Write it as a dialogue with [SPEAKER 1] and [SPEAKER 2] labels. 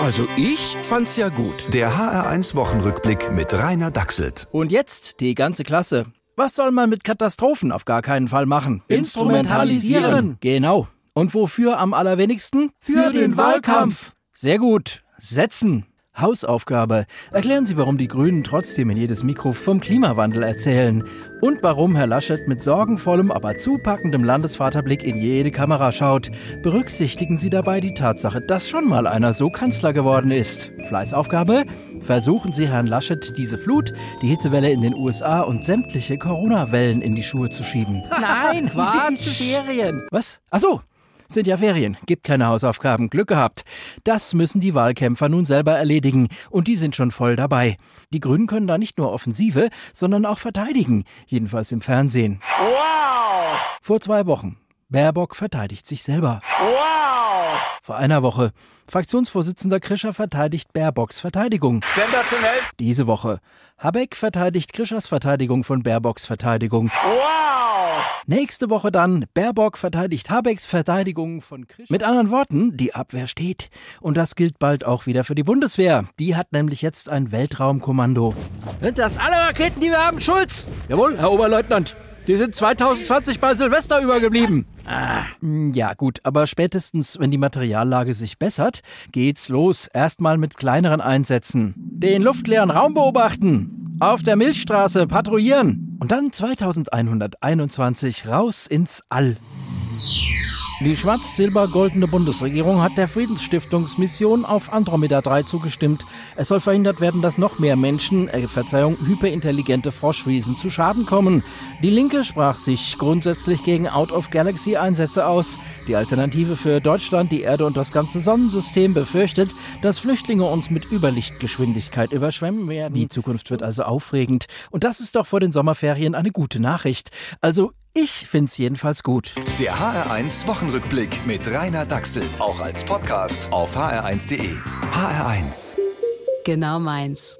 [SPEAKER 1] Also ich fand's ja gut.
[SPEAKER 2] Der HR1-Wochenrückblick mit Rainer Dachselt.
[SPEAKER 3] Und jetzt die ganze Klasse. Was soll man mit Katastrophen auf gar keinen Fall machen?
[SPEAKER 1] Instrumentalisieren.
[SPEAKER 3] Genau. Und wofür am allerwenigsten?
[SPEAKER 1] Für den Wahlkampf.
[SPEAKER 3] Sehr gut. Setzen. Hausaufgabe. Erklären Sie, warum die Grünen trotzdem in jedes Mikro vom Klimawandel erzählen. Und warum Herr Laschet mit sorgenvollem, aber zupackendem Landesvaterblick in jede Kamera schaut. Berücksichtigen Sie dabei die Tatsache, dass schon mal einer so Kanzler geworden ist. Fleißaufgabe? Versuchen Sie Herrn Laschet diese Flut, die Hitzewelle in den USA und sämtliche Corona-Wellen in die Schuhe zu schieben.
[SPEAKER 1] Nein,
[SPEAKER 3] Ferien. Was? Ach so. Sind ja Ferien, gibt keine Hausaufgaben, Glück gehabt. Das müssen die Wahlkämpfer nun selber erledigen und die sind schon voll dabei. Die Grünen können da nicht nur Offensive, sondern auch verteidigen, jedenfalls im Fernsehen. Wow! Vor zwei Wochen. Baerbock verteidigt sich selber. Wow! Vor einer Woche. Fraktionsvorsitzender Krischer verteidigt Baerbocks Verteidigung.
[SPEAKER 4] Sensationell.
[SPEAKER 3] Diese Woche. Habeck verteidigt Krischers Verteidigung von Baerbocks Verteidigung. Nächste Woche dann Baerbock verteidigt Habecks Verteidigung von Krisch. Mit anderen Worten, die Abwehr steht. Und das gilt bald auch wieder für die Bundeswehr. Die hat nämlich jetzt ein Weltraumkommando. Sind das alle Raketen, die wir haben, Schulz? Jawohl, Herr Oberleutnant. Die sind 2020 bei Silvester übergeblieben. Ja, gut, aber spätestens, wenn die Materiallage sich bessert, geht's los. Erstmal mit kleineren Einsätzen. Den luftleeren Raum beobachten. Auf der Milchstraße patrouillieren. Und dann 2121 raus ins All. Die schwarz-silber-goldene Bundesregierung hat der Friedensstiftungsmission auf Andromeda 3 zugestimmt. Es soll verhindert werden, dass noch mehr Menschen, äh, Verzeihung, hyperintelligente Froschwesen zu Schaden kommen. Die Linke sprach sich grundsätzlich gegen Out-of-Galaxy-Einsätze aus. Die Alternative für Deutschland, die Erde und das ganze Sonnensystem befürchtet, dass Flüchtlinge uns mit Überlichtgeschwindigkeit überschwemmen werden. Die Zukunft wird also aufregend. Und das ist doch vor den Sommerferien eine gute Nachricht. Also, ich find's jedenfalls gut.
[SPEAKER 2] Der HR1-Wochenrückblick mit Rainer Dachselt. Auch als Podcast auf hr1.de. HR1.
[SPEAKER 5] Genau meins.